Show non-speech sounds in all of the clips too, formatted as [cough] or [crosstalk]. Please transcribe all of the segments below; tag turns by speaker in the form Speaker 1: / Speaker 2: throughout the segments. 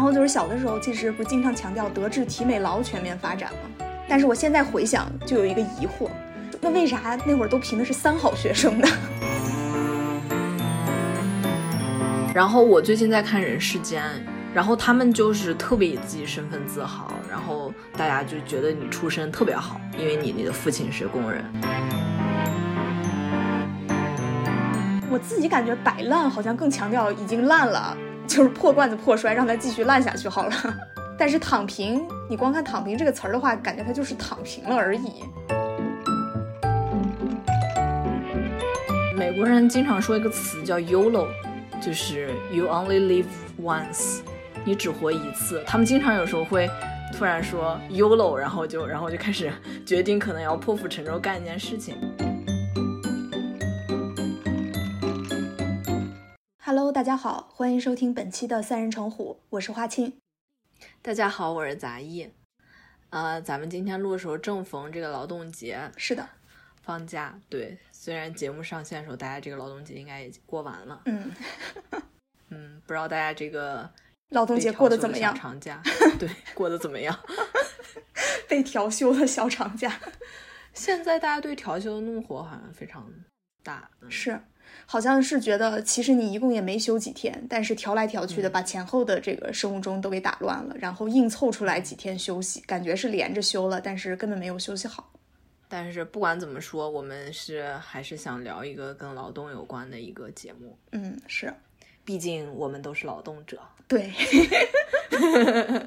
Speaker 1: 后就是小的时候，其实不是经常强调德智体美劳全面发展吗？但是我现在回想，就有一个疑惑，那为啥那会儿都评的是三好学生呢？ [laughs]
Speaker 2: 然后我最近在看《人世间》，然后他们就是特别以自己身份自豪，然后大家就觉得你出身特别好，因为你你的父亲是工人。
Speaker 1: 我自己感觉摆烂好像更强调已经烂了，就是破罐子破摔，让它继续烂下去好了。 [laughs] 但是躺平，你光看“躺平”这个词儿的话，感觉它就是躺平了而已。
Speaker 2: 美国人经常说一个词叫 “yolo”，就是 “you only live once”，你只活一次。他们经常有时候会突然说 “yolo”，然后就然后就开始 [laughs] 决定可能要破釜沉舟干一件事情。
Speaker 1: Hello，大家好，欢迎收听本期的三人成虎，我是花青。
Speaker 2: 大家好，我是杂艺。呃，咱们今天录的时候正逢这个劳动节
Speaker 1: 是的，
Speaker 2: 放假，对。虽然节目上线的时候，大家这个劳动节应该已经过完了。
Speaker 1: 嗯，
Speaker 2: 嗯，不知道大家这个
Speaker 1: 劳动节
Speaker 2: 被调
Speaker 1: 过得
Speaker 2: 休
Speaker 1: 怎么
Speaker 2: 小
Speaker 1: 样 [laughs]
Speaker 2: 长假对过得怎么样？ [laughs]
Speaker 1: 被调休的小长假
Speaker 2: 现在大家对调休的怒火好像非常大。嗯
Speaker 1: 是，好像是觉得其实你一共也没休几天，但是调来调去
Speaker 2: 嗯
Speaker 1: 的把前后的这个生物钟都给打乱了，然后硬凑出来几天休息，感觉是连着休了，但是根本没有休息好。
Speaker 2: 但是不管怎么说，我们是还是想聊一个跟劳动有关的一个节目，
Speaker 1: 嗯，是
Speaker 2: 毕竟我们都是劳动者。
Speaker 1: 对。 [laughs]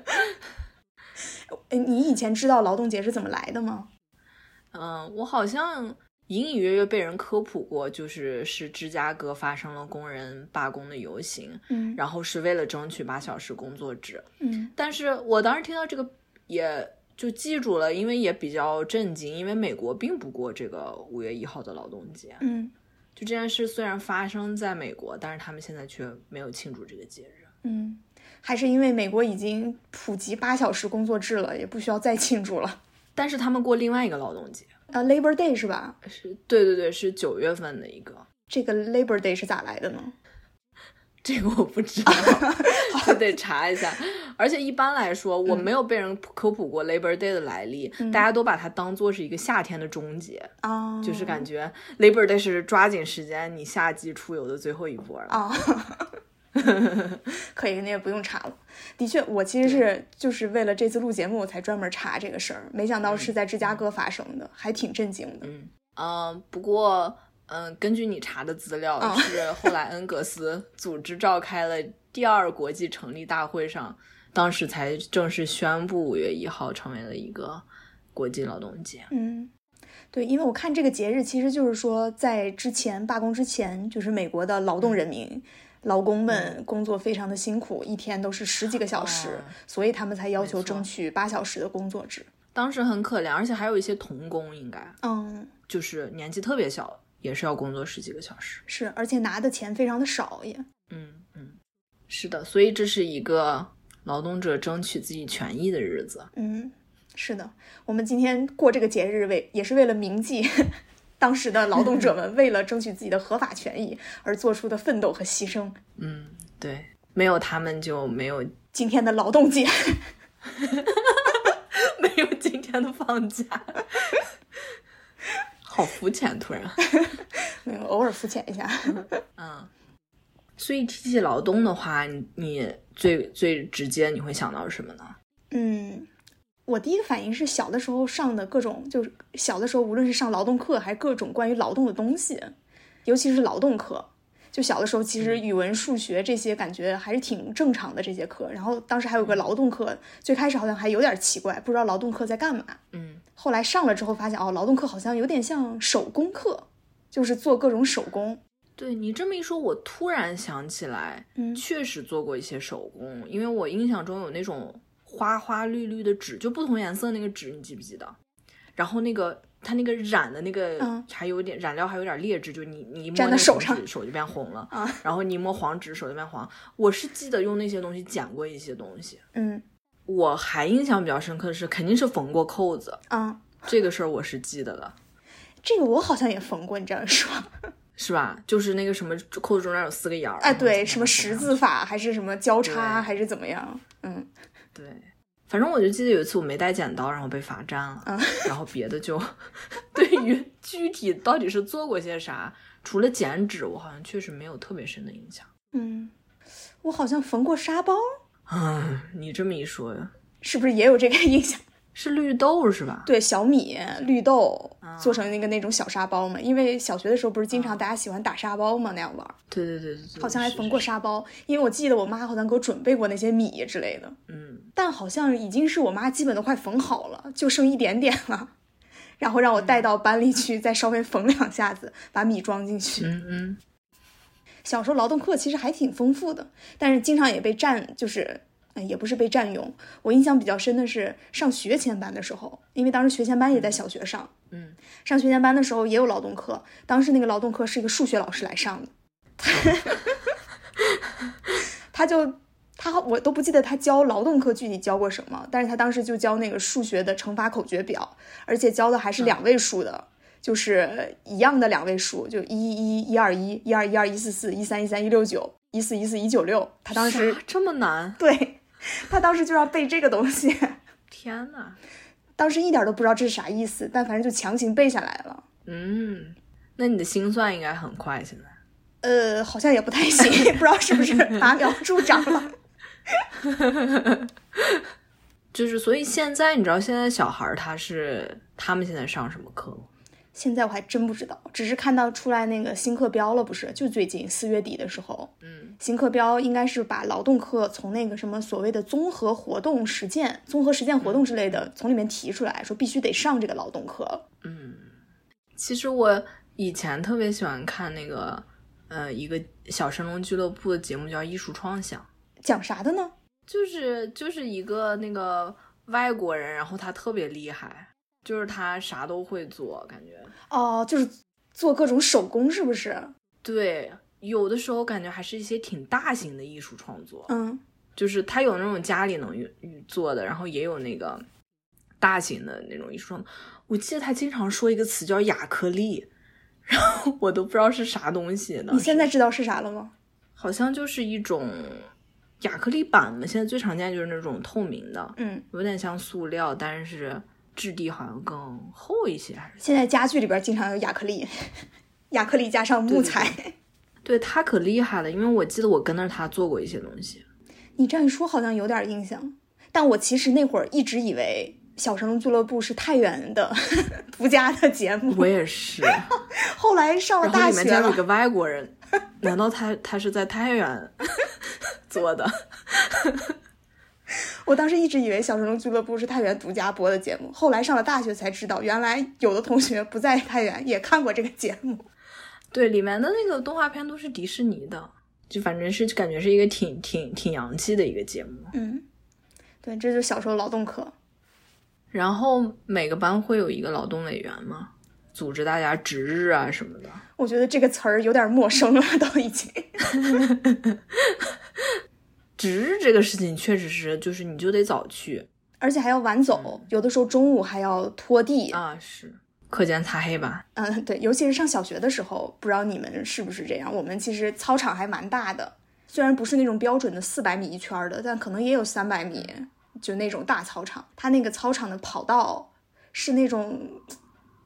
Speaker 1: 哎你以前知道劳动节是怎么来的吗？
Speaker 2: 嗯，我好像隐隐约约被人科普过，就是是芝加哥发生了工人罢工的游行，
Speaker 1: 嗯
Speaker 2: 然后是为了争取八小时工作制。
Speaker 1: 嗯
Speaker 2: 但是我当时听到这个，也就记住了，因为也比较震惊，因为美国并不过这个五月一号的劳动节。
Speaker 1: 嗯
Speaker 2: 就这件事虽然发生在美国，但是他们现在却没有庆祝这个节日。
Speaker 1: 嗯，还是因为美国已经普及八小时工作制了，也不需要再庆祝了。
Speaker 2: 但是他们过另外一个劳动节，
Speaker 1: 呃，Labor Day 是吧？
Speaker 2: 是对对对，是九月份的一个，
Speaker 1: 这个 Labor Day 是咋来的呢？
Speaker 2: 这个我不知道，这得查一下。而且一般来说，我没有被人科普过 Labor Day 的来历，大家都把它当做是一个夏天的终结，
Speaker 1: 啊、
Speaker 2: 就是感觉 Labor Day 是抓紧时间你夏季出游的最后一波了。
Speaker 1: 啊， [laughs] 可以，那也不用查了。的确，我其实是就是为了这次录节目，我才专门查这个事儿，没想到是在芝加哥发生的，还挺震惊的。
Speaker 2: 嗯、不过，嗯、根据你查的资料，
Speaker 1: 嗯
Speaker 2: 是后来恩格斯组织召开了第二国际成立大会上，当时才正式宣布五月一号成为了一个国际劳动节。
Speaker 1: 嗯，对，因为我看这个节日，其实就是说，在之前罢工之前，就是美国的劳
Speaker 2: 嗯
Speaker 1: 动人民、劳工们工作非常的辛苦，一天都是十几个小时，
Speaker 2: 哦
Speaker 1: 所以他们才要求
Speaker 2: 没错
Speaker 1: 争取八小时的工作制。
Speaker 2: 当时很可怜，而且还有一些童工，应该
Speaker 1: 嗯，
Speaker 2: 就是年纪特别小，也是要工作十几个小时。
Speaker 1: 是，而且拿的钱非常的少也。
Speaker 2: 嗯嗯，是的，所以这是一个劳动者争取自己权益的日子。
Speaker 1: 嗯，是的，我们今天过这个节日为也是为了铭记 [laughs] 当时的劳动者们为了争取自己的合法权益而做出的奋斗和牺牲。
Speaker 2: 嗯，对，没有他们就没有 [laughs]
Speaker 1: 今天的劳动节， [laughs]
Speaker 2: 没有今天的放假， [laughs] 好肤浅，突然。
Speaker 1: 没有偶尔肤浅一下。
Speaker 2: 嗯，所以提起劳动的话，你你最最直接你会想到什么呢？
Speaker 1: 嗯，我第一个反应是小的时候上的各种，就是小的时候无论是上劳动课还是各种关于劳动的东西，尤其是劳动课。就小的时候，其实语文、数学这些感觉还是挺正常的这些课。然后当时还有个劳动课，最开始好像还有点奇怪，不知道劳动课在干嘛。
Speaker 2: 嗯，
Speaker 1: 后来上了之后发现，哦，劳动课好像有点像手工课，就是做各种手工。
Speaker 2: 对你这么一说，我突然想起来，
Speaker 1: 嗯
Speaker 2: 确实做过一些手工，因为我印象中有那种花花绿绿的纸，就不同颜色那个纸，你记不记得？然后那个它那个染的那个、
Speaker 1: 嗯
Speaker 2: 还有点染料，还有点劣质，就你你一摸
Speaker 1: 粘在
Speaker 2: 那个
Speaker 1: 手
Speaker 2: 红
Speaker 1: 上
Speaker 2: 纸手就变红了，
Speaker 1: 啊
Speaker 2: 然后你一摸黄纸手就变黄。我是记得用那些东西剪过一些东西。
Speaker 1: 嗯
Speaker 2: 我还印象比较深刻的是，肯定是缝过扣子，
Speaker 1: 啊，
Speaker 2: 这个事儿我是记得的，
Speaker 1: 这个我好像也缝过，你这样说。
Speaker 2: 是吧？就是那个什么扣子中间有四个眼儿，
Speaker 1: 哎，对，
Speaker 2: 然后
Speaker 1: 什么
Speaker 2: 这
Speaker 1: 十
Speaker 2: 样
Speaker 1: 字法还是什么交叉
Speaker 2: 对
Speaker 1: 还是怎么样？嗯，
Speaker 2: 对，反正我就记得有一次我没带剪刀，然后被罚站了。
Speaker 1: 嗯
Speaker 2: 然后别的就 [laughs] 对于具体到底是做过些啥，除了剪纸，我好像确实没有特别深的印象。
Speaker 1: 嗯，我好像缝过沙包，
Speaker 2: 嗯，你这么一说，
Speaker 1: 是不是也有这个印象？
Speaker 2: 是绿豆是吧？
Speaker 1: 对，小米、绿豆
Speaker 2: 啊
Speaker 1: 做成那个那种小沙包嘛，因为小学的时候不是经常大家喜欢打沙包嘛，那样玩儿，
Speaker 2: 对对对对对，
Speaker 1: 好像还
Speaker 2: 啊嗯是
Speaker 1: 缝过。
Speaker 2: 是
Speaker 1: 沙包，因为我记得我妈好像给我准备过那些米之类的，
Speaker 2: 嗯，
Speaker 1: 但好像已经是我妈基本都快缝好了，就剩一点点了，然后让我带到班里去，再稍微缝两下子，把米装进去。
Speaker 2: 嗯嗯，
Speaker 1: 小时候劳动课其实还挺丰富的，但是经常也被占，就是。嗯也不是被占用。我印象比较深的是上学前班的时候，因为当时学前班也在小学上，
Speaker 2: 嗯，
Speaker 1: 上学前班的时候也有劳动课，当时那个劳动课是一个数学老师来上的， [laughs] 他就他我都不记得他教劳动课具体教过什么，但是他当时就教那个数学的乘法口诀表，而且教的还是两位数的，就是一样的两位数，就一一一一二一一二一二一四四一三一三一六九一四一四一九六，他当 [laughs] 时
Speaker 2: 啥这么难，
Speaker 1: 对他当时就要背这个东西， [laughs]
Speaker 2: 天呐。
Speaker 1: 当时一点都不知道这是啥意思，但反正就强行背下来了。
Speaker 2: 嗯，那你的心算应该很快，现在
Speaker 1: 呃，好像也不太行，不知道是不是拔苗助长了。
Speaker 2: 就是，所以现在你知道现在小孩儿他是他们现在上什么课吗？
Speaker 1: 现在我还真不知道，只是看到出来那个新课标了，不是？就最近四月底的时候，
Speaker 2: 嗯
Speaker 1: 新课标应该是把劳动课从那个什么所谓的综合活动实践、综合实践活动之类的，从里面提出来说必须得上这个劳动课。
Speaker 2: 嗯，其实我以前特别喜欢看那个呃一个小神龙俱乐部的节目叫《艺术创想》，
Speaker 1: 讲啥的呢？
Speaker 2: 就是就是一个那个外国人，然后他特别厉害，就是他啥都会做，感觉
Speaker 1: 哦、就是做各种手工，是不是？
Speaker 2: 对。有的时候感觉还是一些挺大型的艺术创作，
Speaker 1: 嗯
Speaker 2: 就是他有那种家里能运运做的，然后也有那个大型的那种艺术创作。我记得他经常说一个词叫亚克力，然后我都不知道是啥东西呢。
Speaker 1: 你现在知道是啥了吗？
Speaker 2: 好像就是一种亚克力板嘛，现在最常见就是那种透明的，
Speaker 1: 嗯，
Speaker 2: 有点像塑料，但是质地好像更厚一些，还是
Speaker 1: 现在家具里边经常有亚克力， [laughs] 亚克力加上木材。
Speaker 2: 对他可厉害了，因为我记得我跟着他做过一些东西。
Speaker 1: 你这样一说，好像有点印象。但我其实那会儿一直以为《小神龙俱乐部》是太原的 [laughs] 独家的节目，
Speaker 2: 我也是，
Speaker 1: 后来上了
Speaker 2: 然后
Speaker 1: 大
Speaker 2: 里面
Speaker 1: 学
Speaker 2: 加了
Speaker 1: 了
Speaker 2: 一，个外国人，难道他他是在太原 [laughs] 做的？ [laughs]
Speaker 1: 我当时一直以为《小神龙俱乐部》是太原独家播的节目，后来上了大学才知道，原来有的同学不在太原也看过这个节目。
Speaker 2: 对，里面的那个动画片都是迪士尼的，就反正是感觉是一个挺挺挺洋气的一个节目。
Speaker 1: 嗯，对，这就是小时候劳动课。
Speaker 2: 然后每个班会有一个劳动委员嘛，组织大家值日啊什么的。
Speaker 1: 我觉得这个词儿有点陌生了， [laughs] 都已经。
Speaker 2: 值日这个事情确实是，就是你就得早去
Speaker 1: 而且还要晚走，有的时候中午还要拖地。
Speaker 2: 嗯啊，是课间擦黑板。
Speaker 1: 嗯，对，尤其是上小学的时候，不知道你们是不是这样？我们其实操场还蛮大的，虽然不是那种标准的四百米一圈儿的，但可能也有三百米，就那种大操场。它那个操场的跑道是那种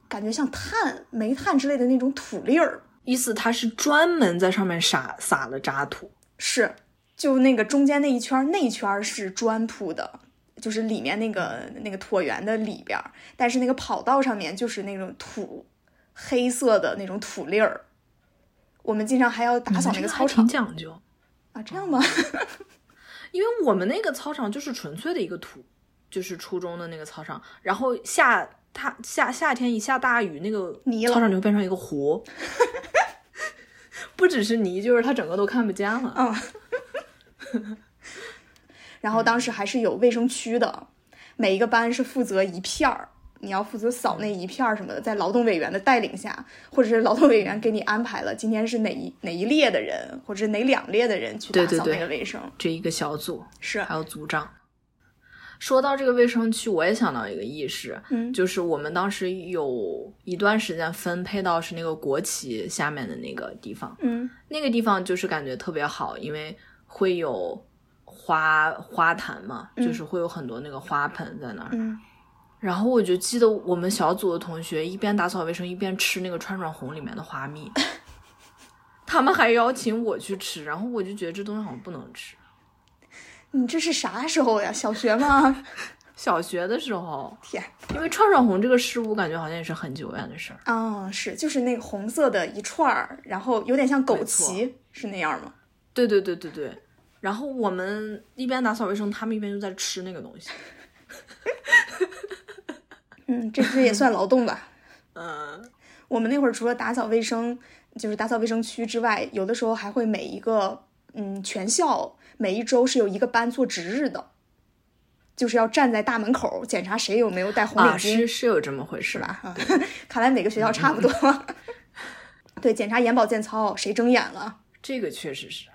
Speaker 1: 感觉像炭、煤炭之类的那种土粒儿，
Speaker 2: 意思他是专门在上面撒撒了渣土，
Speaker 1: 是，就那个中间那一圈儿，那一圈儿是砖铺的，就是里面那个那个椭圆的里边儿，但是那个跑道上面就是那种土，黑色的那种土粒儿。我们经常还要打扫那个操
Speaker 2: 嗯你们这还挺
Speaker 1: 场
Speaker 2: 讲究。
Speaker 1: 啊，这样吗？
Speaker 2: 因为我们那个操场就是纯粹的一个土，就是初中的那个操场，然后夏它夏夏天一下大雨，那个
Speaker 1: 泥了
Speaker 2: 操场就会变成一
Speaker 1: [laughs]
Speaker 2: 个湖，不只是泥，就是它整个都看不见了。
Speaker 1: 嗯。 [laughs] 然后当时还是有卫生区的，每一个班是负责一片儿，你要负责扫那一片儿什么的，在劳动委员的带领下，或者是劳动委员给你安排了今天是哪一哪一列的人，或者是哪两列的人去打
Speaker 2: 对对
Speaker 1: 扫
Speaker 2: 对
Speaker 1: 那个卫生。
Speaker 2: 这一个小组
Speaker 1: 是
Speaker 2: 还，有组长。说到这个卫生区，我也想到一个意识，
Speaker 1: 嗯
Speaker 2: 就是我们当时有一段时间分配到是那个国旗下面的那个地方，
Speaker 1: 嗯
Speaker 2: 那个地方就是感觉特别好，因为会有花花坛嘛，
Speaker 1: 嗯
Speaker 2: 就是会有很多那个花盆在那儿。
Speaker 1: 嗯，
Speaker 2: 然后我就记得我们小组的同学一边打扫卫生一边吃那个川转红里面的
Speaker 1: [laughs]
Speaker 2: 花蜜，他们还邀请我去吃，然后我就觉得这东西好像不能吃。
Speaker 1: 你这是啥时候呀？小学吗？ [laughs]
Speaker 2: 小学的时候，
Speaker 1: 天，
Speaker 2: 因为串串红这个事物，感觉好像也是很久远的事儿。
Speaker 1: 啊、是就是那个红色的一串儿，然后有点像枸
Speaker 2: 没错
Speaker 1: 杞，是那样吗？
Speaker 2: 对对对对对。然后我们一边打扫卫生，他们一边就在吃那个东
Speaker 1: 啊
Speaker 2: 西。
Speaker 1: 嗯，这这也算劳动吧。
Speaker 2: [laughs] 嗯，
Speaker 1: 我们那会儿除了打扫卫生，就是打扫卫生区之外，有的时候还会每一个嗯全校每一周是有一个班做值日的，就是要站在大门口检查谁有没有戴红领
Speaker 2: 啊，
Speaker 1: 巾，
Speaker 2: 是是有这么回事
Speaker 1: 是？吧？啊，看来每个学校差不多。 [laughs] 对，检查眼保健操，谁睁眼了？
Speaker 2: 这个确实是。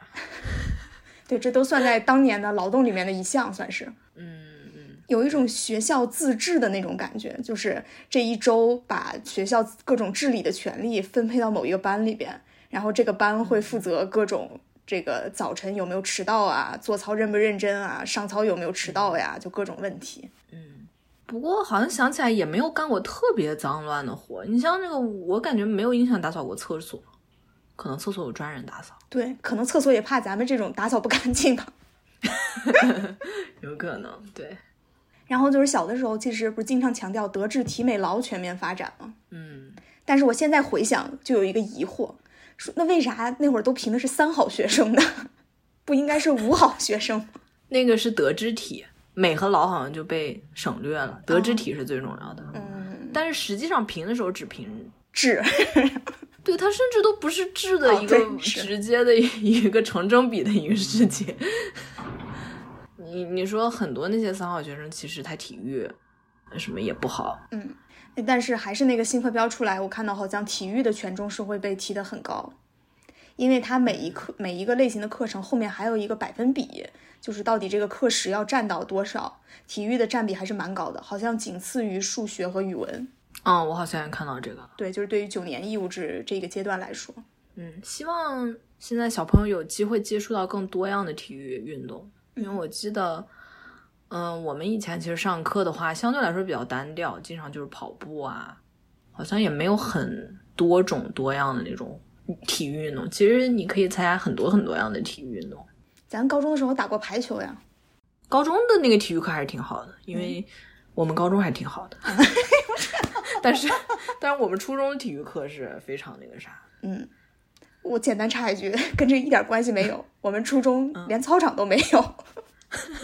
Speaker 1: 对，这都算在当年的劳动里面的一项，算是。
Speaker 2: 嗯嗯，
Speaker 1: 有一种学校自治的那种感觉，就是这一周把学校各种治理的权利分配到某一个班里边，然后这个班会负责各种这个早晨有没有迟到啊，做操认不认真啊，上操有没有迟到呀，就各种问题。
Speaker 2: 不过好像想起来也没有干过特别脏乱的活。你像那个，我感觉没有印象打扫过厕所，可能厕所有专人打扫，
Speaker 1: 对，可能厕所也怕咱们这种打扫不干净吧。 [laughs]
Speaker 2: 有可能。对，嗯
Speaker 1: 然后就是小的时候，其实不是经常强调德智体美劳全面发展吗？
Speaker 2: 嗯，
Speaker 1: 但是我现在回想，就有一个疑惑，说那为啥那会儿都评的是三好学生呢？ [laughs] 不应该是五好学生吗？
Speaker 2: 那个是德智体，美和劳好像就被省略了，德智体是最重要的。
Speaker 1: 嗯，
Speaker 2: 但是实际上评的时候只评
Speaker 1: 智。
Speaker 2: 对它甚至都不是质的
Speaker 1: 哦
Speaker 2: 一个
Speaker 1: 对是
Speaker 2: 直接的一 [laughs] 个成正比的一个事情。 [laughs] 你你说很多那些三好学生，其实他体育什么也不好，
Speaker 1: 但是还是那个新课标出来，我看到好像体育的权重是会被提得很高，因为它每一课每一个类型的课程后面还有一个百分比，就是到底这个课时要占到多少，体育的占比还是蛮高的，好像仅次于数学和语文。
Speaker 2: 嗯，我好像也看到这个了。
Speaker 1: 对，就是对于九年义务制这个阶段来说，
Speaker 2: 嗯，希望现在小朋友有机会接触到更多样的体育运动，因为我记得，嗯、我们以前其实上课的话，相对来说比较单调，经常就是跑步啊，好像也没有很多种多样的那种体育运动。其实你可以参加很多很多样的体育运动。
Speaker 1: 咱高中的时候打过排球呀，
Speaker 2: 高中的那个体育课还是挺好的，因为我们高中还挺好的，但是但是我们初中的体育课是非常那个啥，
Speaker 1: 我简单插一句，跟这一点关系没有，我们初中连操场都没有。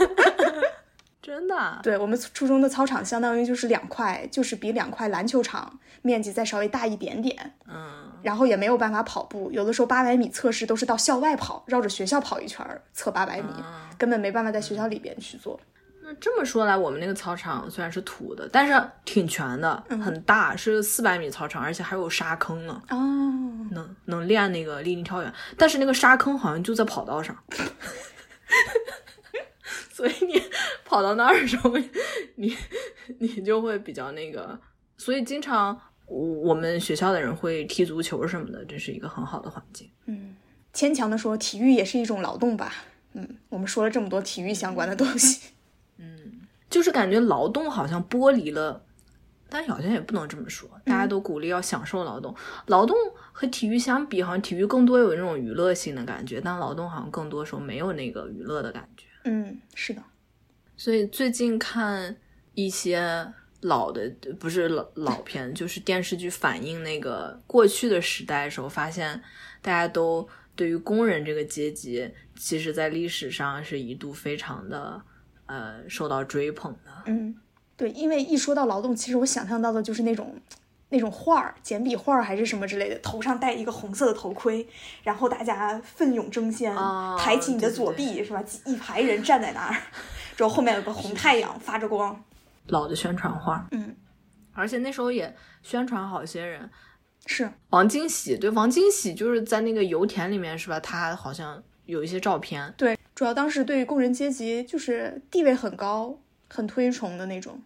Speaker 1: [laughs]
Speaker 2: 真的啊。
Speaker 1: 对我们初中的操场相当于就是两块，就是比两块篮球场面积再稍微大一点点，
Speaker 2: 嗯。
Speaker 1: 然后也没有办法跑步，有的时候八百米测试都是到校外跑，绕着学校跑一圈儿测八百米，
Speaker 2: 嗯
Speaker 1: 根本没办法在学校里边去做。
Speaker 2: 那这么说来，我们那个操场虽然是土的，但是挺全的，很大，是四百米操场，而且还有沙坑呢，
Speaker 1: 哦，
Speaker 2: 能能练那个立定跳远。但是那个沙坑好像就在跑道上， [laughs] 所以你跑到那儿的时候， [laughs] 你你就会比较那个，所以经常我我们学校的人会踢足球什么的，这是一个很好的环境。
Speaker 1: 牵强的说，体育也是一种劳动吧。嗯，我们说了这么多体育相关的东西， [laughs]
Speaker 2: 就是感觉劳动好像剥离了，但是好像也不能这么说，大家都鼓励要享受劳动。劳动和体育相比，好像体育更多有那种娱乐性的感觉，但劳动好像更多时候没有那个娱乐的感觉。
Speaker 1: 嗯，是的，
Speaker 2: 所以最近看一些老的，不是老老片，就是电视剧反映那个过去的时代的时候，发现大家都对于工人这个阶级，其实在历史上是一度非常的呃受到追捧的。
Speaker 1: 嗯，对，因为一说到劳动，其实我想象到的就是那种。那种画儿，简笔画儿还是什么之类的，头上戴一个红色的头盔，然后大家奋勇争先，
Speaker 2: 哦
Speaker 1: 抬起你的
Speaker 2: 对对
Speaker 1: 左
Speaker 2: 对
Speaker 1: 臂是吧？一排人站在那儿， [laughs] 之后后面有个红太阳发着光，
Speaker 2: 老的宣传画，
Speaker 1: 嗯，
Speaker 2: 而且那时候也宣传好些人，
Speaker 1: 是，
Speaker 2: 王金喜，对，王金喜就是在那个油田里面是吧？他好像有一些照片，
Speaker 1: 对，主要当时对于工人阶级就是地位很高、很推崇的那种。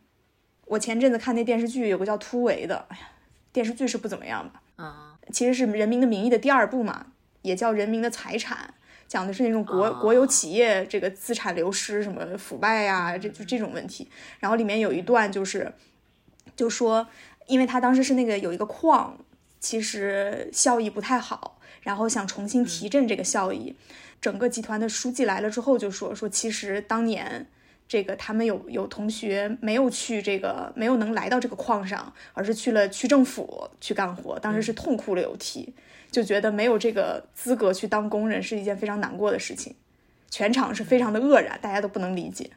Speaker 1: 我前阵子看那电视剧有个叫《突围》的，哎呀，电视剧是不怎么样吧？
Speaker 2: 嗯，
Speaker 1: 其实是《人民的名义》的第二部嘛，也叫《人民的财产》，讲的是那种国、
Speaker 2: 啊
Speaker 1: 国有企业这个资产流失、什么腐败呀、这就这种问题。然后里面有一段就是，就说，因为他当时是那个有一个矿，其实效益不太好，然后想重新提振这个效益。整个集团的书记来了之后就说说，其实当年这个他们有有同学没有去这个没有能来到这个矿上，而是去了区政府去干活，当时是痛哭流涕，就觉得没有这个资格去当工人是一件非常难过的事情。全场是非常的愕然，大家都不能理解。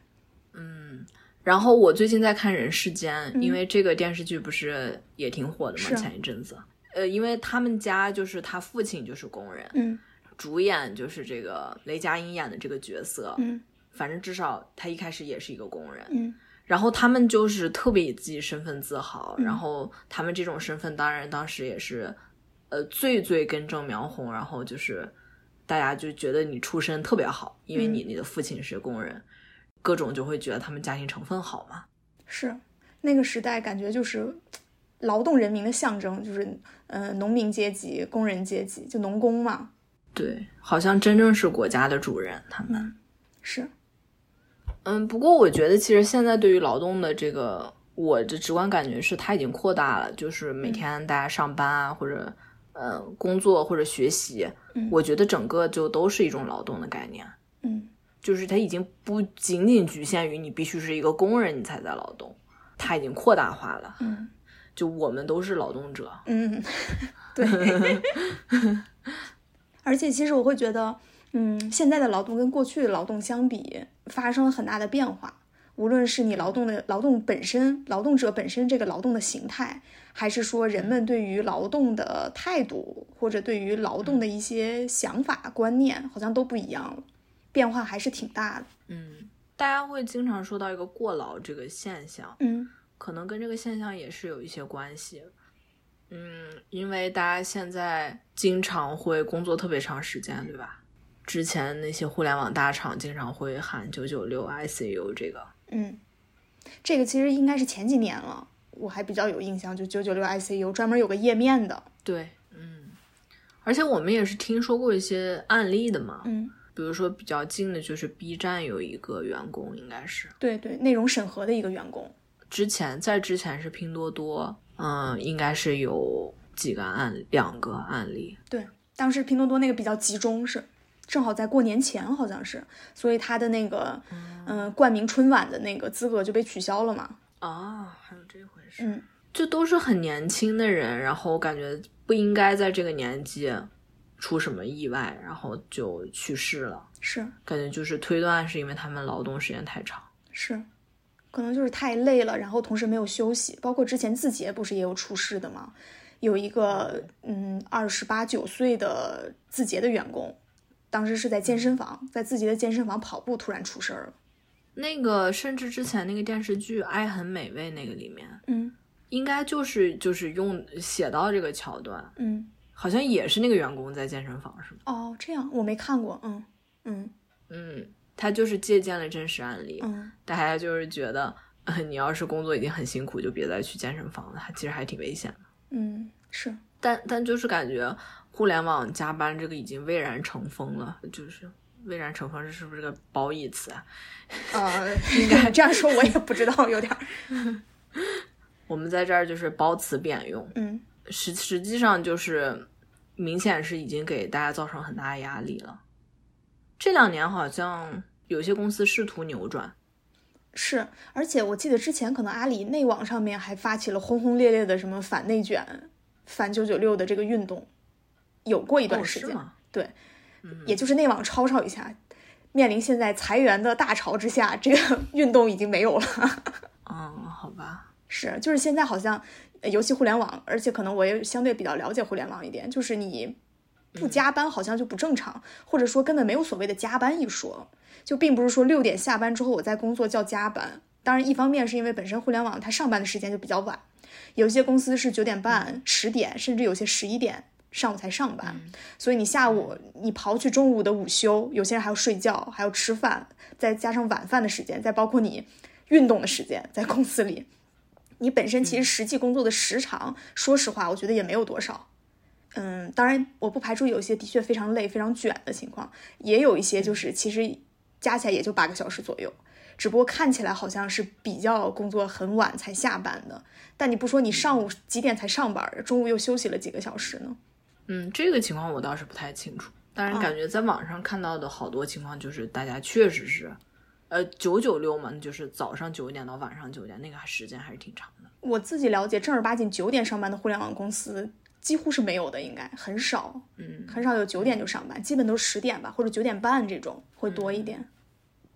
Speaker 2: 然后我最近在看《人世间》因为这个电视剧不是也挺火的嘛，
Speaker 1: 嗯是
Speaker 2: 前一阵子。呃，因为他们家就是他父亲就是工人，
Speaker 1: 嗯
Speaker 2: 主演就是这个雷佳音演的这个角色，
Speaker 1: 嗯
Speaker 2: 反正至少他一开始也是一个工人。
Speaker 1: 嗯
Speaker 2: 然后他们就是特别以自己身份自豪，然后他们这种身份当然当时也是，呃，最最根正苗红，然后就是大家就觉得你出身特别好，因为你你的父亲是工人，各种就会觉得他们家庭成分好嘛。
Speaker 1: 是那个时代，感觉就是劳动人民的象征，就是呃农民阶级、工人阶级，就农工嘛。
Speaker 2: 对，好像真正是国家的主人，他们。
Speaker 1: 是，
Speaker 2: 嗯，不过我觉得其实现在对于劳动的这个，我的直观感觉是它已经扩大了，就是
Speaker 1: 嗯
Speaker 2: 每天大家上班啊，或者呃工作或者学习，
Speaker 1: 嗯
Speaker 2: 我觉得整个就都是一种劳动的概念，
Speaker 1: 嗯
Speaker 2: 就是它已经不仅仅局限于你必须是一个工人你才在劳动，它已经扩大化了，
Speaker 1: 嗯
Speaker 2: 就我们都是劳动者，
Speaker 1: 嗯， [laughs] 对。而且其实我会觉得，嗯，现在的劳动跟过去的劳动相比，发生了很大的变化。无论是你劳动的劳动本身，劳动者本身这个劳动的形态，还是说人们对于劳动的态度，或者对于劳动的一些想法观念，好像都不一样了，变化还是挺大的。
Speaker 2: 嗯，大家会经常说到一个过劳这个现象，
Speaker 1: 嗯
Speaker 2: 可能跟这个现象也是有一些关系。嗯，因为大家现在经常会工作特别长时间，对吧？之前那些互联网大厂经常会喊九九六 ICU 这个，
Speaker 1: 嗯，这个其实应该是前几年了，我还比较有印象，就九九六 ICU 专门有个页面的。
Speaker 2: 对，嗯，而且我们也是听说过一些案例的嘛，
Speaker 1: 嗯。
Speaker 2: 比如说比较近的就是 B 站有一个员工，应该是
Speaker 1: 对对，内容审核的一个员工。
Speaker 2: 之前在之前是拼多多，嗯，应该是有几个案两个案例，
Speaker 1: 对，当时拼多多那个比较集中是，正好在过年前好像是，所以他的那个嗯、呃冠名春晚的那个资格就被取消了嘛。
Speaker 2: 啊，还有这回事
Speaker 1: 嗯
Speaker 2: 就都是很年轻的人，然后感觉不应该在这个年纪出什么意外，然后就去世了。
Speaker 1: 是
Speaker 2: 感觉就是推断是因为他们劳动时间太长。
Speaker 1: 是，可能就是太累了，然后同时没有休息。包括之前字节不是也有出事的嘛，有一个嗯二十八九岁的字节的员工，当时是在健身房，在自己的健身房跑步突然出事儿了。
Speaker 2: 那个甚至之前那个电视剧《爱很美味》那个里面，
Speaker 1: 嗯
Speaker 2: 应该就是就是用写到这个桥段，
Speaker 1: 嗯，
Speaker 2: 好像也是那个员工在健身房是吗？
Speaker 1: 哦，这样我没看过。嗯嗯
Speaker 2: 嗯，他就是借鉴了真实案例，
Speaker 1: 嗯，
Speaker 2: 大家就是觉得。呃你要是工作已经很辛苦，就别再去健身房了，其实还挺危险的。
Speaker 1: 嗯，是，
Speaker 2: 但但就是感觉互联网加班这个已经蔚然成风了，就是蔚然成风，这是不是个褒义词啊？
Speaker 1: 呃，应该这样说，我也不知道，有点儿，
Speaker 2: 我们在这儿就是褒词贬用，
Speaker 1: 嗯
Speaker 2: 实实际上就是明显是已经给大家造成很大的压力了。这两年好像有些公司试图扭转，
Speaker 1: 是，而且我记得之前可能阿里内网上面还发起了轰轰烈烈的什么反内卷、反九九六的这个运动，有过一段
Speaker 2: 哦
Speaker 1: 时
Speaker 2: 是
Speaker 1: 间，
Speaker 2: 吗？
Speaker 1: 对，也就是内网吵吵一下。面临现在裁员的大潮之下，这个运动已经没有了。
Speaker 2: 嗯，好吧，
Speaker 1: 是，就是现在好像，呃尤其互联网，而且可能我也相对比较了解互联网一点，就是你不加班好像就不正常，或者说根本没有所谓的加班一说，就并不是说六点下班之后我在工作叫加班。当然，一方面是因为本身互联网它上班的时间就比较晚，有些公司是九点半、十点，甚至有些十一点上午才上班，所以你下午你刨去中午的午休，有些人还要睡觉，还要吃饭，再加上晚饭的时间，再包括你运动的时间，在公司里，你本身其实实际工作的时长，说实话，我觉得也没有多少。嗯，当然我不排除有一些的确非常累、非常卷的情况，也有一些就是其实加起来也就八个小时左右，只不过看起来好像是比较工作很晚才下班的，但你不说你上午几点才上班，中午又休息了几个小时呢？
Speaker 2: 嗯，这个情况我倒是不太清楚，但是
Speaker 1: 啊
Speaker 2: 感觉在网上看到的好多情况就是大家确实是，呃，九九六嘛，就是早上九点到晚上九点，那个还时间还是挺长的。
Speaker 1: 我自己了解，正儿八经九点上班的互联网公司几乎是没有的，应该很少，
Speaker 2: 嗯，
Speaker 1: 很少有九点就上班，基本都是十点吧，或者九点半这种会多一点。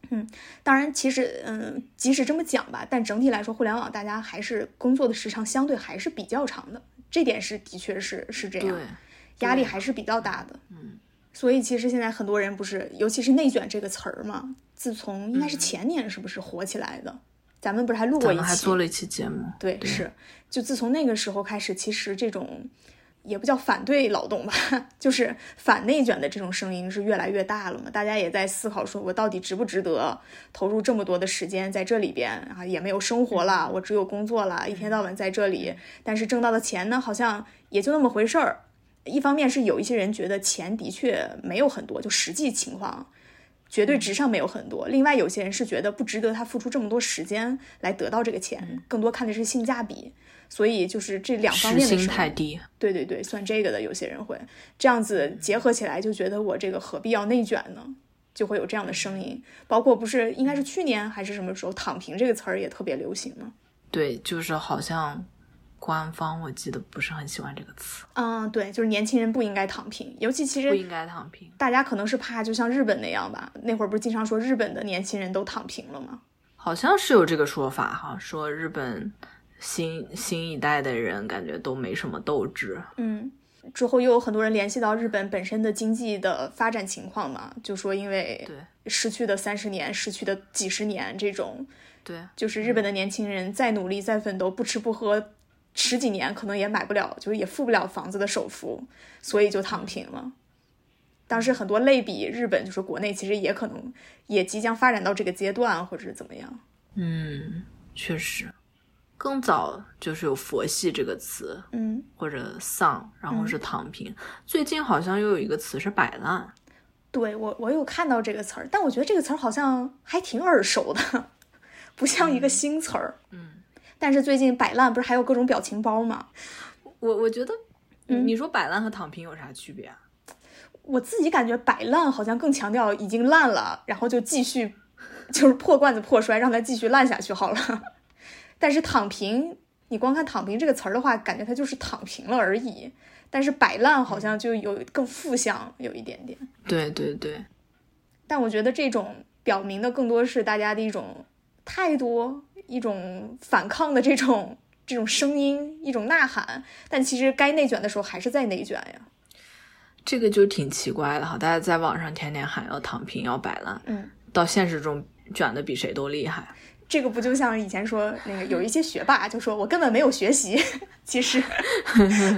Speaker 1: 嗯，当然，其实，嗯，即使这么讲吧，但整体来说，互联网大家还是工作的时长相对还是比较长的，这点是的确是是这样。
Speaker 2: 对，
Speaker 1: 压力
Speaker 2: 对
Speaker 1: 还是比较大的。
Speaker 2: 嗯，
Speaker 1: 所以其实现在很多人不是，尤其是“内卷”这个词儿嘛，自从应该是前年是不是火起来的？咱们不是还录过
Speaker 2: 嗯咱
Speaker 1: 一
Speaker 2: 们还
Speaker 1: 期？
Speaker 2: 做了一期节目，
Speaker 1: 对，是，就自从那个时候开始，其实这种也不叫反对劳动吧， [laughs] 就是反内卷的这种声音是越来越大了嘛。大家也在思考，说我到底值不值得投入这么多的时间在这里边啊？也没有生活了，我只有工作了，一天到晚在这里，但是挣到的钱呢，好像也就那么回事儿。一方面是有一些人觉得钱的确没有很多，就实际情况。绝对值上没有很多。另外，有些人是觉得不值得他付出这么多时间来得到这个钱，更多看的是性价比。所以就是这两方
Speaker 2: 嗯时
Speaker 1: 面的
Speaker 2: 薪
Speaker 1: 事
Speaker 2: 太低。
Speaker 1: 对对对，算这个的，有些人会这样子结合起来，就觉得我这个何必要内卷呢？就会有这样的声音。包括不是应该是去年还是什么时候，“躺平”这个词儿也特别流行嘛。
Speaker 2: 对，就是好像官方我记得不是很喜欢这个词，
Speaker 1: 嗯，对，就是年轻人不应该躺平，尤其其
Speaker 2: 不
Speaker 1: 实
Speaker 2: 应该躺平。
Speaker 1: 大家可能是怕，就像日本那样吧。那会儿不是经常说日本的年轻人都躺平了吗？
Speaker 2: 好像是有这个说法哈，说日本新新一代的人感觉都没什么斗志。
Speaker 1: 嗯，之后又有很多人联系到日本本身的经济的发展情况嘛，就说因为
Speaker 2: 对
Speaker 1: 失去的三十年、失去的几十年这种，
Speaker 2: 对，
Speaker 1: 就是日本的年轻人再努力、再奋斗，不吃不喝十几年，可能也买不了，就是也付不了房子的首付，所以就躺平了。当时很多类比日本，就是国内其实也可能也即将发展到这个阶段，或者是怎么样。
Speaker 2: 嗯，确实，更早就是有“佛系”这个词，
Speaker 1: 嗯，
Speaker 2: 或者“丧”，然后是“躺平”最近好像又有一个词是“摆烂
Speaker 1: 对我，我有看到这个词儿，但我觉得这个词儿好像还挺耳熟的， [laughs] 不像一个新词儿。嗯，但是最近摆烂不是还有各种表情包吗？”。
Speaker 2: 我我觉得，你说“摆烂”和“躺平”有啥区别啊？
Speaker 1: 我自己感觉摆烂好像更强调已经烂了，然后就继续就是破罐子破摔，让它继续烂下去好了。 [laughs] 但是躺平，你光看“躺平”这个词儿的话，感觉它就是躺平了而已。但是摆烂好像就有更负向有一点点。
Speaker 2: 对对对，
Speaker 1: 但我觉得这种表明的更多是大家的一种态度，一种反抗的这种这种声音，一种呐喊。但其实该内卷的时候还是在内卷呀。
Speaker 2: 这个就挺奇怪的哈。大家在网上天天喊要躺平、要摆烂，
Speaker 1: 嗯，
Speaker 2: 到现实中卷的比谁都厉害。
Speaker 1: 这个不就像以前说那个有一些学霸就说我根本没有学习， [laughs] 其
Speaker 2: [laughs]
Speaker 1: 实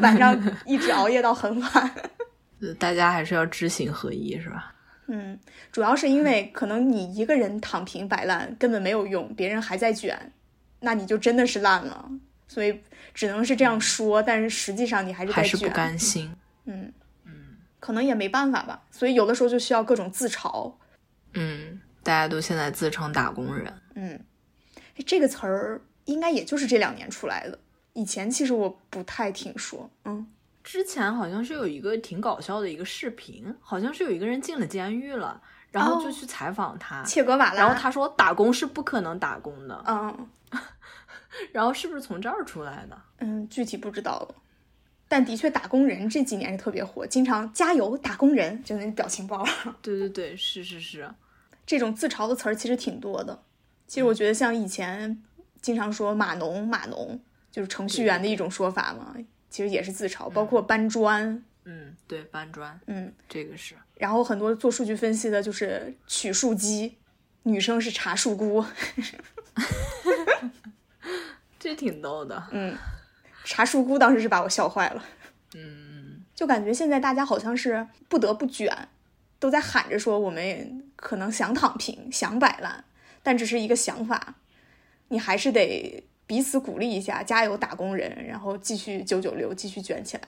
Speaker 1: 晚上一直熬夜到很晚。
Speaker 2: 呃大家还是要知行合一，是吧？
Speaker 1: 嗯，主要是因为可能你一个人躺平摆烂根本没有用，别人还在卷，那你就真的是烂了。所以只能是这样说，但是实际上你还是在
Speaker 2: 还是不
Speaker 1: 卷。
Speaker 2: 甘心。
Speaker 1: 嗯，可能也没办法吧，所以有的时候就需要各种自嘲。
Speaker 2: 嗯，大家都现在自称打工人。
Speaker 1: 嗯，哎这个词儿应该也就是这两年出来的，以前其实我不太听说。嗯，
Speaker 2: 之前好像是有一个挺搞笑的一个视频，好像是有一个人进了监狱了，然后就
Speaker 1: 哦
Speaker 2: 去采访他，
Speaker 1: 切格瓦拉，
Speaker 2: 然后他说打工是不可能打工的，
Speaker 1: 嗯
Speaker 2: 然后是不是从这儿出来的？
Speaker 1: 嗯，具体不知道了。但的确，打工人这几年是特别火，经常加油打工人，就那表情包，
Speaker 2: 对对对，是是是，
Speaker 1: [laughs] 这种自嘲的词儿其实挺多的。其实我觉得像以前经常说码农，码农就是程序员的一种说法嘛，其实也是自嘲，包括搬砖，
Speaker 2: 嗯，对，搬砖
Speaker 1: 嗯，
Speaker 2: 这个是，
Speaker 1: 然后很多做数据分析的就是取数机，女生是茶树姑，
Speaker 2: 这挺逗的。
Speaker 1: 嗯，茶树姑当时是把我笑坏了，
Speaker 2: 嗯，
Speaker 1: 就感觉现在大家好像是不得不卷，都在喊着说我们可能想躺平，想摆烂，但只是一个想法，你还是得彼此鼓励一下，加油打工人，然后继续九九六，继续卷起来。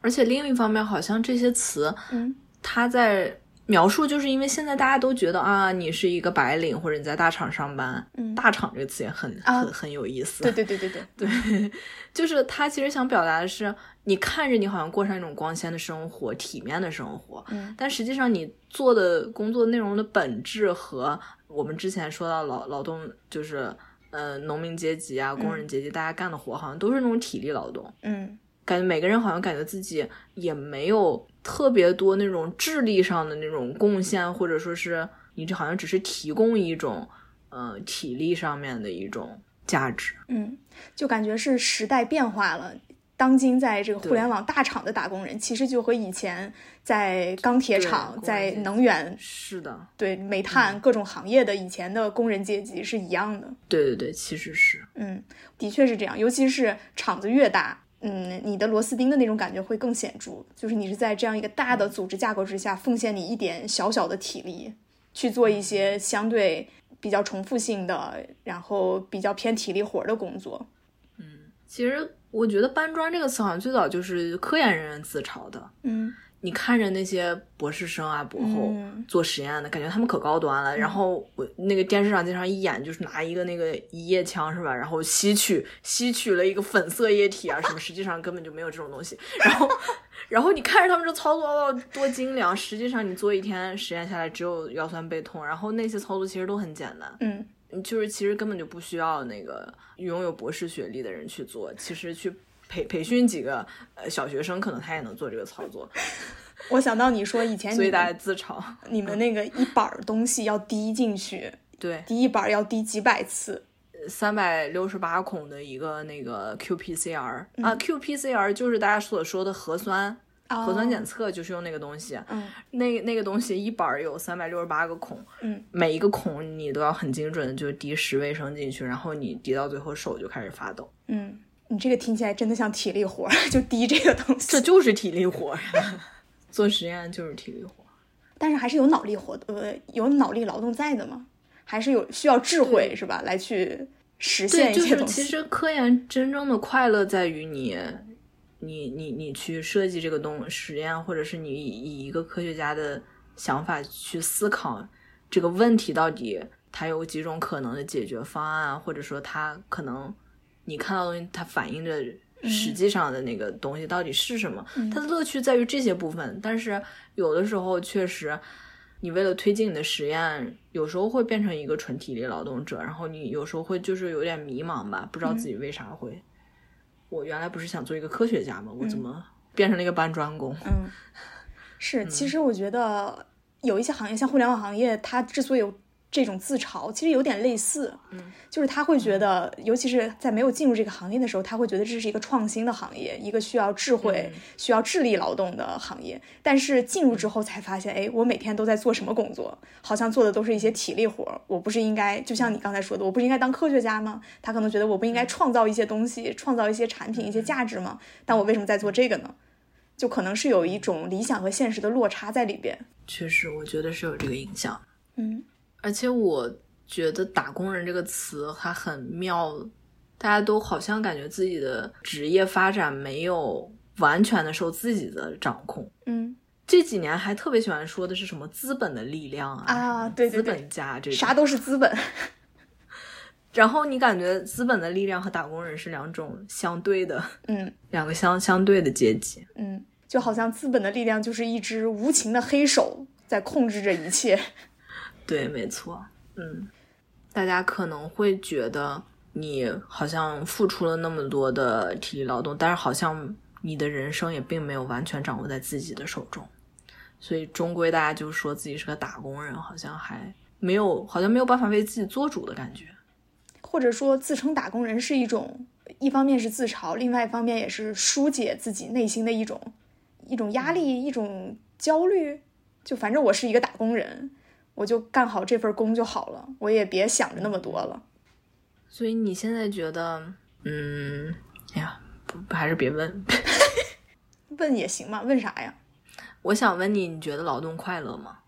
Speaker 2: 而且另一方面，好像这些词，
Speaker 1: 嗯，
Speaker 2: 它在描述，就是因为现在大家都觉得啊，你是一个白领或者你在大厂上班，
Speaker 1: 嗯
Speaker 2: 大厂这个词也很、
Speaker 1: 啊
Speaker 2: 很很有意思，
Speaker 1: 对对对对对，
Speaker 2: 对，就是他其实想表达的是，你看着你好像过上一种光鲜的生活、体面的生活，
Speaker 1: 嗯
Speaker 2: 但实际上你做的工作内容的本质和我们之前说到劳劳动就是呃农民阶级啊、工人阶级大家干的活，好像都是那种体力劳动，
Speaker 1: 嗯
Speaker 2: 感觉每个人好像感觉自己也没有特别多那种智力上的那种贡献，或者说是你这好像只是提供一种呃体力上面的一种价值。
Speaker 1: 嗯，就感觉是时代变化了。当今在这个互
Speaker 2: 对
Speaker 1: 联网大厂的打工人，其实就和以前在钢铁
Speaker 2: 对
Speaker 1: 厂、
Speaker 2: 工人
Speaker 1: 在
Speaker 2: 阶级
Speaker 1: 能源、
Speaker 2: 是的，
Speaker 1: 对
Speaker 2: 嗯
Speaker 1: 煤炭各种行业的以前的工人阶级是一样的。
Speaker 2: 对对对，其实是
Speaker 1: 嗯，的确是这样，尤其是厂子越大，嗯，你的螺丝钉的那种感觉会更显著，就是你是在这样一个大
Speaker 2: 嗯
Speaker 1: 的组织架构之下，奉献你一点小小的体力，去
Speaker 2: 嗯
Speaker 1: 做一些相对比较重复性的，然后比较偏体力活儿的工作。
Speaker 2: 其实我觉得“搬砖”这个词好像最早就是科研人员自嘲的。
Speaker 1: 嗯
Speaker 2: 你看着那些博士生啊、博后、
Speaker 1: 嗯
Speaker 2: 做实验的，感觉他们可高端了。然后我那个电视上经常一演，就是拿一个那个一夜枪是吧？然后吸取吸取了一个粉色液体啊什么，实际上根本就没有这种东西。然后 [laughs] 然后你看着他们这操作哇多精良，实际上你做一天实验下来只有腰酸背痛。然后那些操作其实都很简单。
Speaker 1: 嗯
Speaker 2: 就是其实根本就不需要那个拥有博士学历的人去做，其实去培培训几个呃小学生，可能他也能做这个操作，
Speaker 1: 我想到你说以前
Speaker 2: 所以
Speaker 1: 你
Speaker 2: 大家嗯
Speaker 1: 们
Speaker 2: 自嘲。
Speaker 1: 你们那个一板儿东西要滴进去，
Speaker 2: 对，
Speaker 1: 滴一板儿要滴几百次。
Speaker 2: [laughs] 三百六十八孔的一个那个 qPCR、啊，qPCR 就是大家所说的核酸。核酸检
Speaker 1: 测，
Speaker 2: 测就是用那个东西，
Speaker 1: 嗯
Speaker 2: 那那个东西一板儿有三百六十八个孔，
Speaker 1: 嗯，
Speaker 2: 每一个孔你都要很精准的就滴十微升进去，然后你滴到最后手就开始发抖，
Speaker 1: 嗯，你这个听起来真的像体力活儿， [laughs] 就滴这个东西。
Speaker 2: 这就是体力活儿， [laughs] 做实验就是体力活儿。
Speaker 1: 但是还是有脑力活，呃，有脑力劳动在的嘛，还是有需要智慧是吧，来去实现
Speaker 2: 对，
Speaker 1: 一
Speaker 2: 就
Speaker 1: 些
Speaker 2: 是
Speaker 1: 东
Speaker 2: 其
Speaker 1: 西。
Speaker 2: 实科研真正的快乐在于你，你你你去设计这个东实验，或者是你以以一个科学家的想法去思考这个问题到底它有几种可能的解决方案啊，或者说它可能你看到的东西它反映着。实际上的那个东西到底是什么？它的乐趣在于这些部分，但是有的时候确实，你为了推进你的实验，有时候会变成一个纯体力劳动者，然后你有时候会就是有点迷茫吧，不知道自己为啥会。我原来不是想做一个科学家吗？我怎么变成了一个搬砖工？
Speaker 1: 嗯，是，其实我觉得有一些行业，像互联网行业，它之所以有这种自嘲，其实有点类似，
Speaker 2: 嗯，
Speaker 1: 就是他会觉得，尤其是在没有进入这个行业的时候，他会觉得这是一个创新的行业，一个需要智慧、
Speaker 2: 嗯
Speaker 1: 需要智力劳动的行业。但是进入之后才发现，哎，我每天都在做什么工作？好像做的都是一些体力活儿。我不是应该，就像你刚才说的，我不是应该当科学家吗？他可能觉得我不应
Speaker 2: 嗯
Speaker 1: 该创造一些东西，创造一些产品、一些价值吗？但我为什么在做这个呢？就可能是有一种理想和现实的落差在里边。
Speaker 2: 确实，我觉得是有这个影响。
Speaker 1: 嗯
Speaker 2: 而且我觉得“打工人”这个词还很妙，大家都好像感觉自己的职业发展没有完全的受自己的掌控。
Speaker 1: 嗯，
Speaker 2: 这几年还特别喜欢说的是什么资本的力量啊，
Speaker 1: 啊
Speaker 2: 什么
Speaker 1: 对对对
Speaker 2: 资本家这种
Speaker 1: 啥都是资本。
Speaker 2: 然后你感觉资本的力量和打工人是两种相对的，
Speaker 1: 嗯。
Speaker 2: 两个相相对的阶级。
Speaker 1: 嗯，就好像资本的力量就是一只无情的黑手在控制着一切。
Speaker 2: 对，没错。嗯，大家可能会觉得你好像付出了那么多的体力劳动，但是好像你的人生也并没有完全掌握在自己的手中，所以终归大家就说自己是个打工人，好像还没有，好像没有办法为自己做主的感觉。
Speaker 1: 或者说，自称打工人是一种，一方面是自嘲，另外一方面也是疏解自己内心的一种一种压力、一种焦虑。就反正我是一个打工人，我就干好这份工就好了，我也别想着那么多了。
Speaker 2: 所以你现在觉得，嗯，哎呀，不，还是别问。 [laughs]
Speaker 1: 问也行嘛，问啥呀？
Speaker 2: 我想问你，你觉得劳动快乐吗？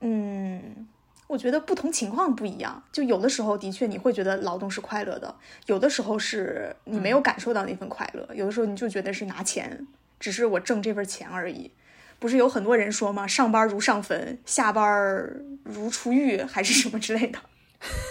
Speaker 1: 嗯，我觉得不同情况不一样，就有的时候的确你会觉得劳动是快乐的，有的时候是你没有感受到那份快乐，有的时候你就觉得是拿钱，只是我挣这份钱而已。不是有很多人说吗？上班如上坟，下班如出狱，还是什么之类的。 [laughs]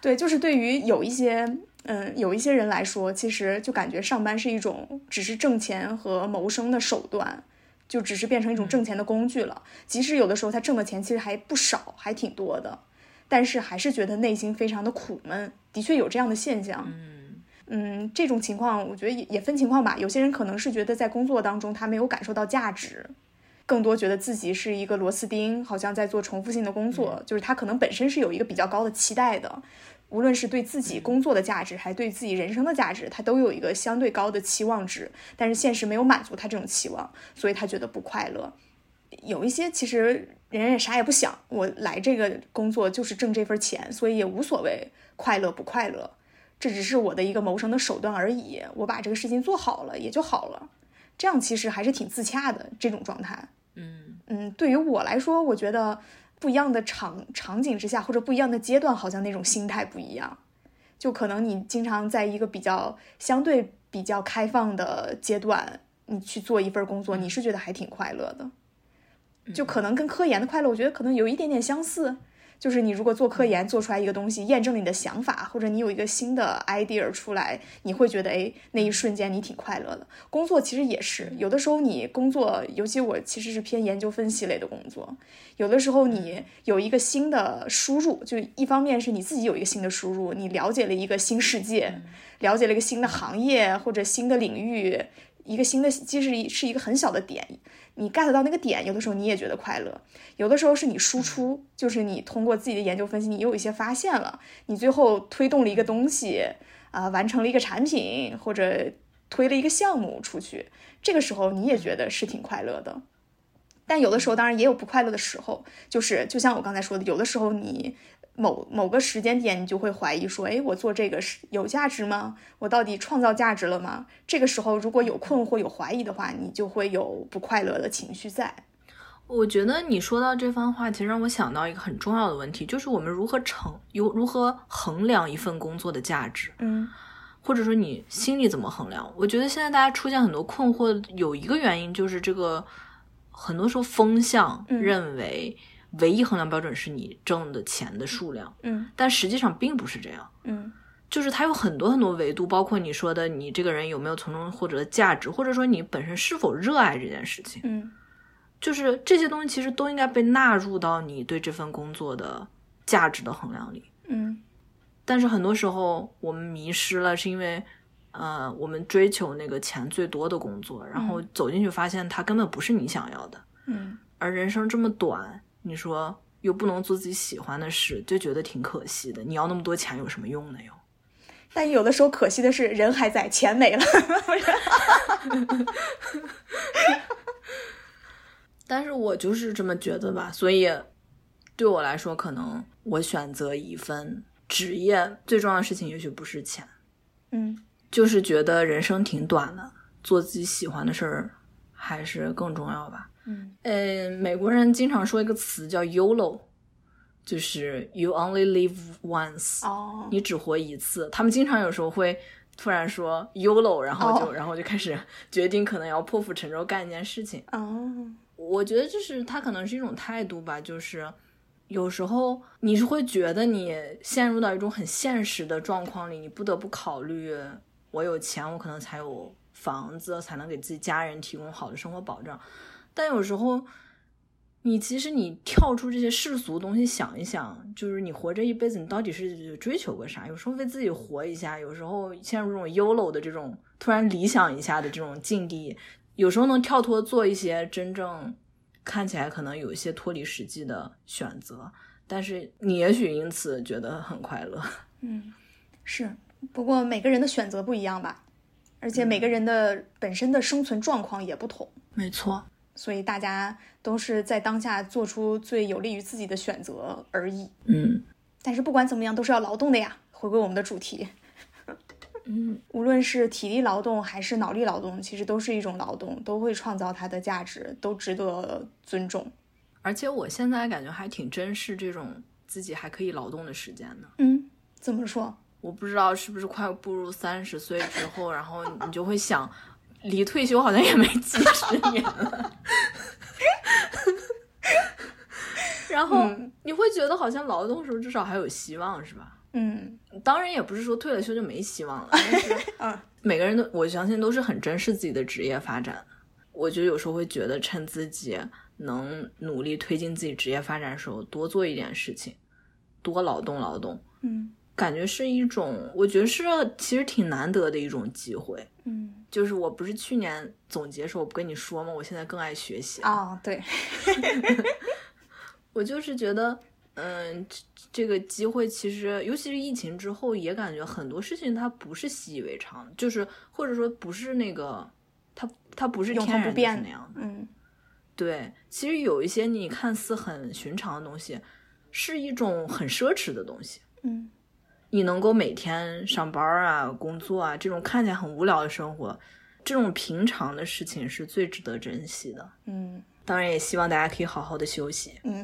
Speaker 1: 对，就是对于有一些嗯有一些人来说，其实就感觉上班是一种只是挣钱和谋生的手段，就只是变成一种挣钱的工具了。即使有的时候他挣的钱其实还不少，还挺多的，但是还是觉得内心非常的苦闷。的确有这样的现象。嗯，这种情况我觉得也也分情况吧。有些人可能是觉得在工作当中他没有感受到价值，更多觉得自己是一个螺丝钉，好像在做重复性的工作。就是他可能本身是有一个比较高的期待的，无论是对自己工作的价值，还对自己人生的价值，他都有一个相对高的期望值。但是现实没有满足他这种期望，所以他觉得不快乐。有一些其实人也啥也不想，我来这个工作就是挣这份钱，所以也无所谓快乐不快乐。这只是我的一个谋生的手段而已，我把这个事情做好了也就好了，这样其实还是挺自洽的这种状态。
Speaker 2: 嗯
Speaker 1: 嗯，对于我来说，我觉得不一样的场场景之下，或者不一样的阶段，好像那种心态不一样。就可能你经常在一个比较相对比较开放的阶段，你去做一份工作，你是觉得还挺快乐的。就可能跟科研的快乐，我觉得可能有一点点相似。就是你如果做科研做出来一个东西，验证了你的想法，或者你有一个新的 idea 出来，你会觉得哎，那一瞬间你挺快乐的。工作其实也是，有的时候你工作，尤其我其实是偏研究分析类的工作，有的时候你有一个新的输入，就一方面是你自己有一个新的输入，你了解了一个新世界，了解了一个新的行业或者新的领域，一个新的，即使是一个很小的点，你 get 到那个点，有的时候你也觉得快乐，有的时候是你输出，就是你通过自己的研究分析，你有一些发现了，你最后推动了一个东西，啊、完成了一个产品或者推了一个项目出去，这个时候你也觉得是挺快乐的。但有的时候，当然也有不快乐的时候，就是就像我刚才说的，有的时候你某某个时间点，你就会怀疑说，哎，我做这个是有价值吗？我到底创造价值了吗？这个时候，如果有困惑、有怀疑的话，你就会有不快乐的情绪在。
Speaker 2: 我觉得你说到这番话，其实让我想到一个很重要的问题，就是我们如何成，如如何衡量一份工作的价值。
Speaker 1: 嗯
Speaker 2: 或者说你心里怎么衡量？我觉得现在大家出现很多困惑，有一个原因就是这个，很多时候风向
Speaker 1: 嗯
Speaker 2: 认为唯一衡量标准是你挣的钱的数量，
Speaker 1: 嗯
Speaker 2: 但实际上并不是这样。
Speaker 1: 嗯
Speaker 2: 就是它有很多很多维度，包括你说的你这个人有没有从中获得价值，或者说你本身是否热爱这件事情，
Speaker 1: 嗯
Speaker 2: 就是这些东西其实都应该被纳入到你对这份工作的价值的衡量里。
Speaker 1: 嗯
Speaker 2: 但是很多时候我们迷失了，是因为，呃，我们追求那个钱最多的工作，然后走进去发现它根本不是你想要的。
Speaker 1: 嗯
Speaker 2: 而人生这么短，你说又不能做自己喜欢的事，就觉得挺可惜的。你要那么多钱有什么用呢？又，
Speaker 1: 但有的时候可惜的是，人还在，钱没了。 [laughs]
Speaker 2: 但是我就是这么觉得吧，所以对我来说，可能我选择一份职业最重要的事情，也许不是钱，
Speaker 1: 嗯
Speaker 2: 就是觉得人生挺短的，做自己喜欢的事儿还是更重要吧。
Speaker 1: 嗯
Speaker 2: 呃，美国人经常说一个词叫 “YOLO”，就是 “You only live once”，、
Speaker 1: 哦
Speaker 2: 你只活一次。他们经常有时候会突然说 “YOLO”，然后就、
Speaker 1: 哦
Speaker 2: 然后就开始决定可能要破釜沉舟干一件事情。
Speaker 1: 哦
Speaker 2: 我觉得这是他可能是一种态度吧，就是有时候你是会觉得你陷入到一种很现实的状况里，你不得不考虑，我有钱，我可能才有房子，才能给自己家人提供好的生活保障。但有时候，你其实你跳出这些世俗东西想一想，就是你活这一辈子，你到底是追求过啥？有时候为自己活一下，有时候陷入这种 YOLO 的这种突然理想一下的这种境地，有时候能跳脱做一些真正看起来可能有一些脱离实际的选择，但是你也许因此觉得很快乐。 [laughs]
Speaker 1: 嗯，是。不过每个人的选择不一样吧，而且每个人的本身的生存状况也不同。
Speaker 2: 没错，
Speaker 1: 所以大家都是在当下做出最有利于自己的选择而已。
Speaker 2: 嗯
Speaker 1: 但是不管怎么样，都是要劳动的呀。回归我们的主题，
Speaker 2: 嗯，
Speaker 1: 无论是体力劳动还是脑力劳动，其实都是一种劳动，都会创造它的价值，都值得尊重。
Speaker 2: 而且我现在感觉还挺珍视这种自己还可以劳动的时间的。
Speaker 1: 嗯，怎么说？
Speaker 2: 我不知道是不是快步入三十岁之后，然后你就会想，离退休好像也没几十年了。 [laughs] 然后你会觉得好像劳动的时候至少还有希望，是吧？
Speaker 1: 嗯
Speaker 2: 当然也不是说退了休就没希望了，但是
Speaker 1: 嗯
Speaker 2: 每个人都我相信都是很珍视自己的职业发展。我觉得有时候会觉得趁自己能努力推进自己职业发展的时候，多做一点事情，多劳动劳动，
Speaker 1: 嗯
Speaker 2: 感觉是一种，我觉得是其实挺难得的一种机会。
Speaker 1: 嗯
Speaker 2: 就是我不是去年总结时候我不跟你说吗？我现在更爱学习。
Speaker 1: 啊，对，
Speaker 2: 我就是觉得，嗯，这这个机会其实，尤其是疫情之后，也感觉很多事情它不是习以为常，就是或者说不是那个，它它不是
Speaker 1: 永
Speaker 2: 天
Speaker 1: 恒不
Speaker 2: 然就是
Speaker 1: 变
Speaker 2: 那样的。
Speaker 1: 嗯
Speaker 2: 对，其实有一些你看似很寻常的东西，是一种很奢侈的东西。
Speaker 1: 嗯
Speaker 2: 你能够每天上班啊、工作啊，这种看起来很无聊的生活，这种平常的事情是最值得珍惜的。
Speaker 1: 嗯
Speaker 2: 当然，也希望大家可以好好的休息。
Speaker 1: 嗯，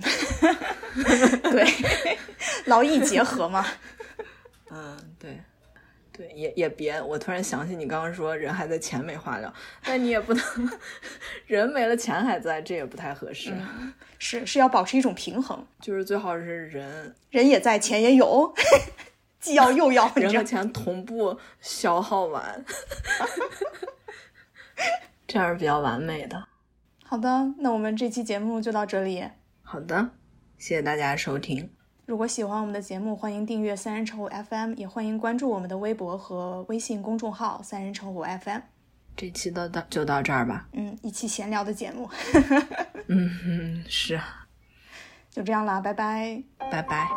Speaker 1: 对， [laughs] 劳逸结合嘛，
Speaker 2: 嗯，对，对，也也别，我突然想起你刚刚说人还在钱没花掉，但你也不能 [laughs] 人没了钱还在，这也不太合适。
Speaker 1: 是是要保持一种平衡，
Speaker 2: 就是最好是人
Speaker 1: 人也在，钱也有， [laughs] 既要又要，你
Speaker 2: 人
Speaker 1: 知
Speaker 2: 和
Speaker 1: 道，
Speaker 2: 钱同步消耗完， [laughs] 这样是比较完美的。
Speaker 1: 好的，那我们这期节目就到这里。
Speaker 2: 好的，谢谢大家收听，
Speaker 1: 如果喜欢我们的节目，欢迎订阅三人成虎 FM，也欢迎关注我们的微博和微信公众号“三人成虎 FM”。
Speaker 2: 这期到到就到这儿吧。
Speaker 1: 嗯，一期闲聊的节目， [laughs]
Speaker 2: 嗯嗯，是，
Speaker 1: 就这样啦，拜拜。
Speaker 2: 拜拜。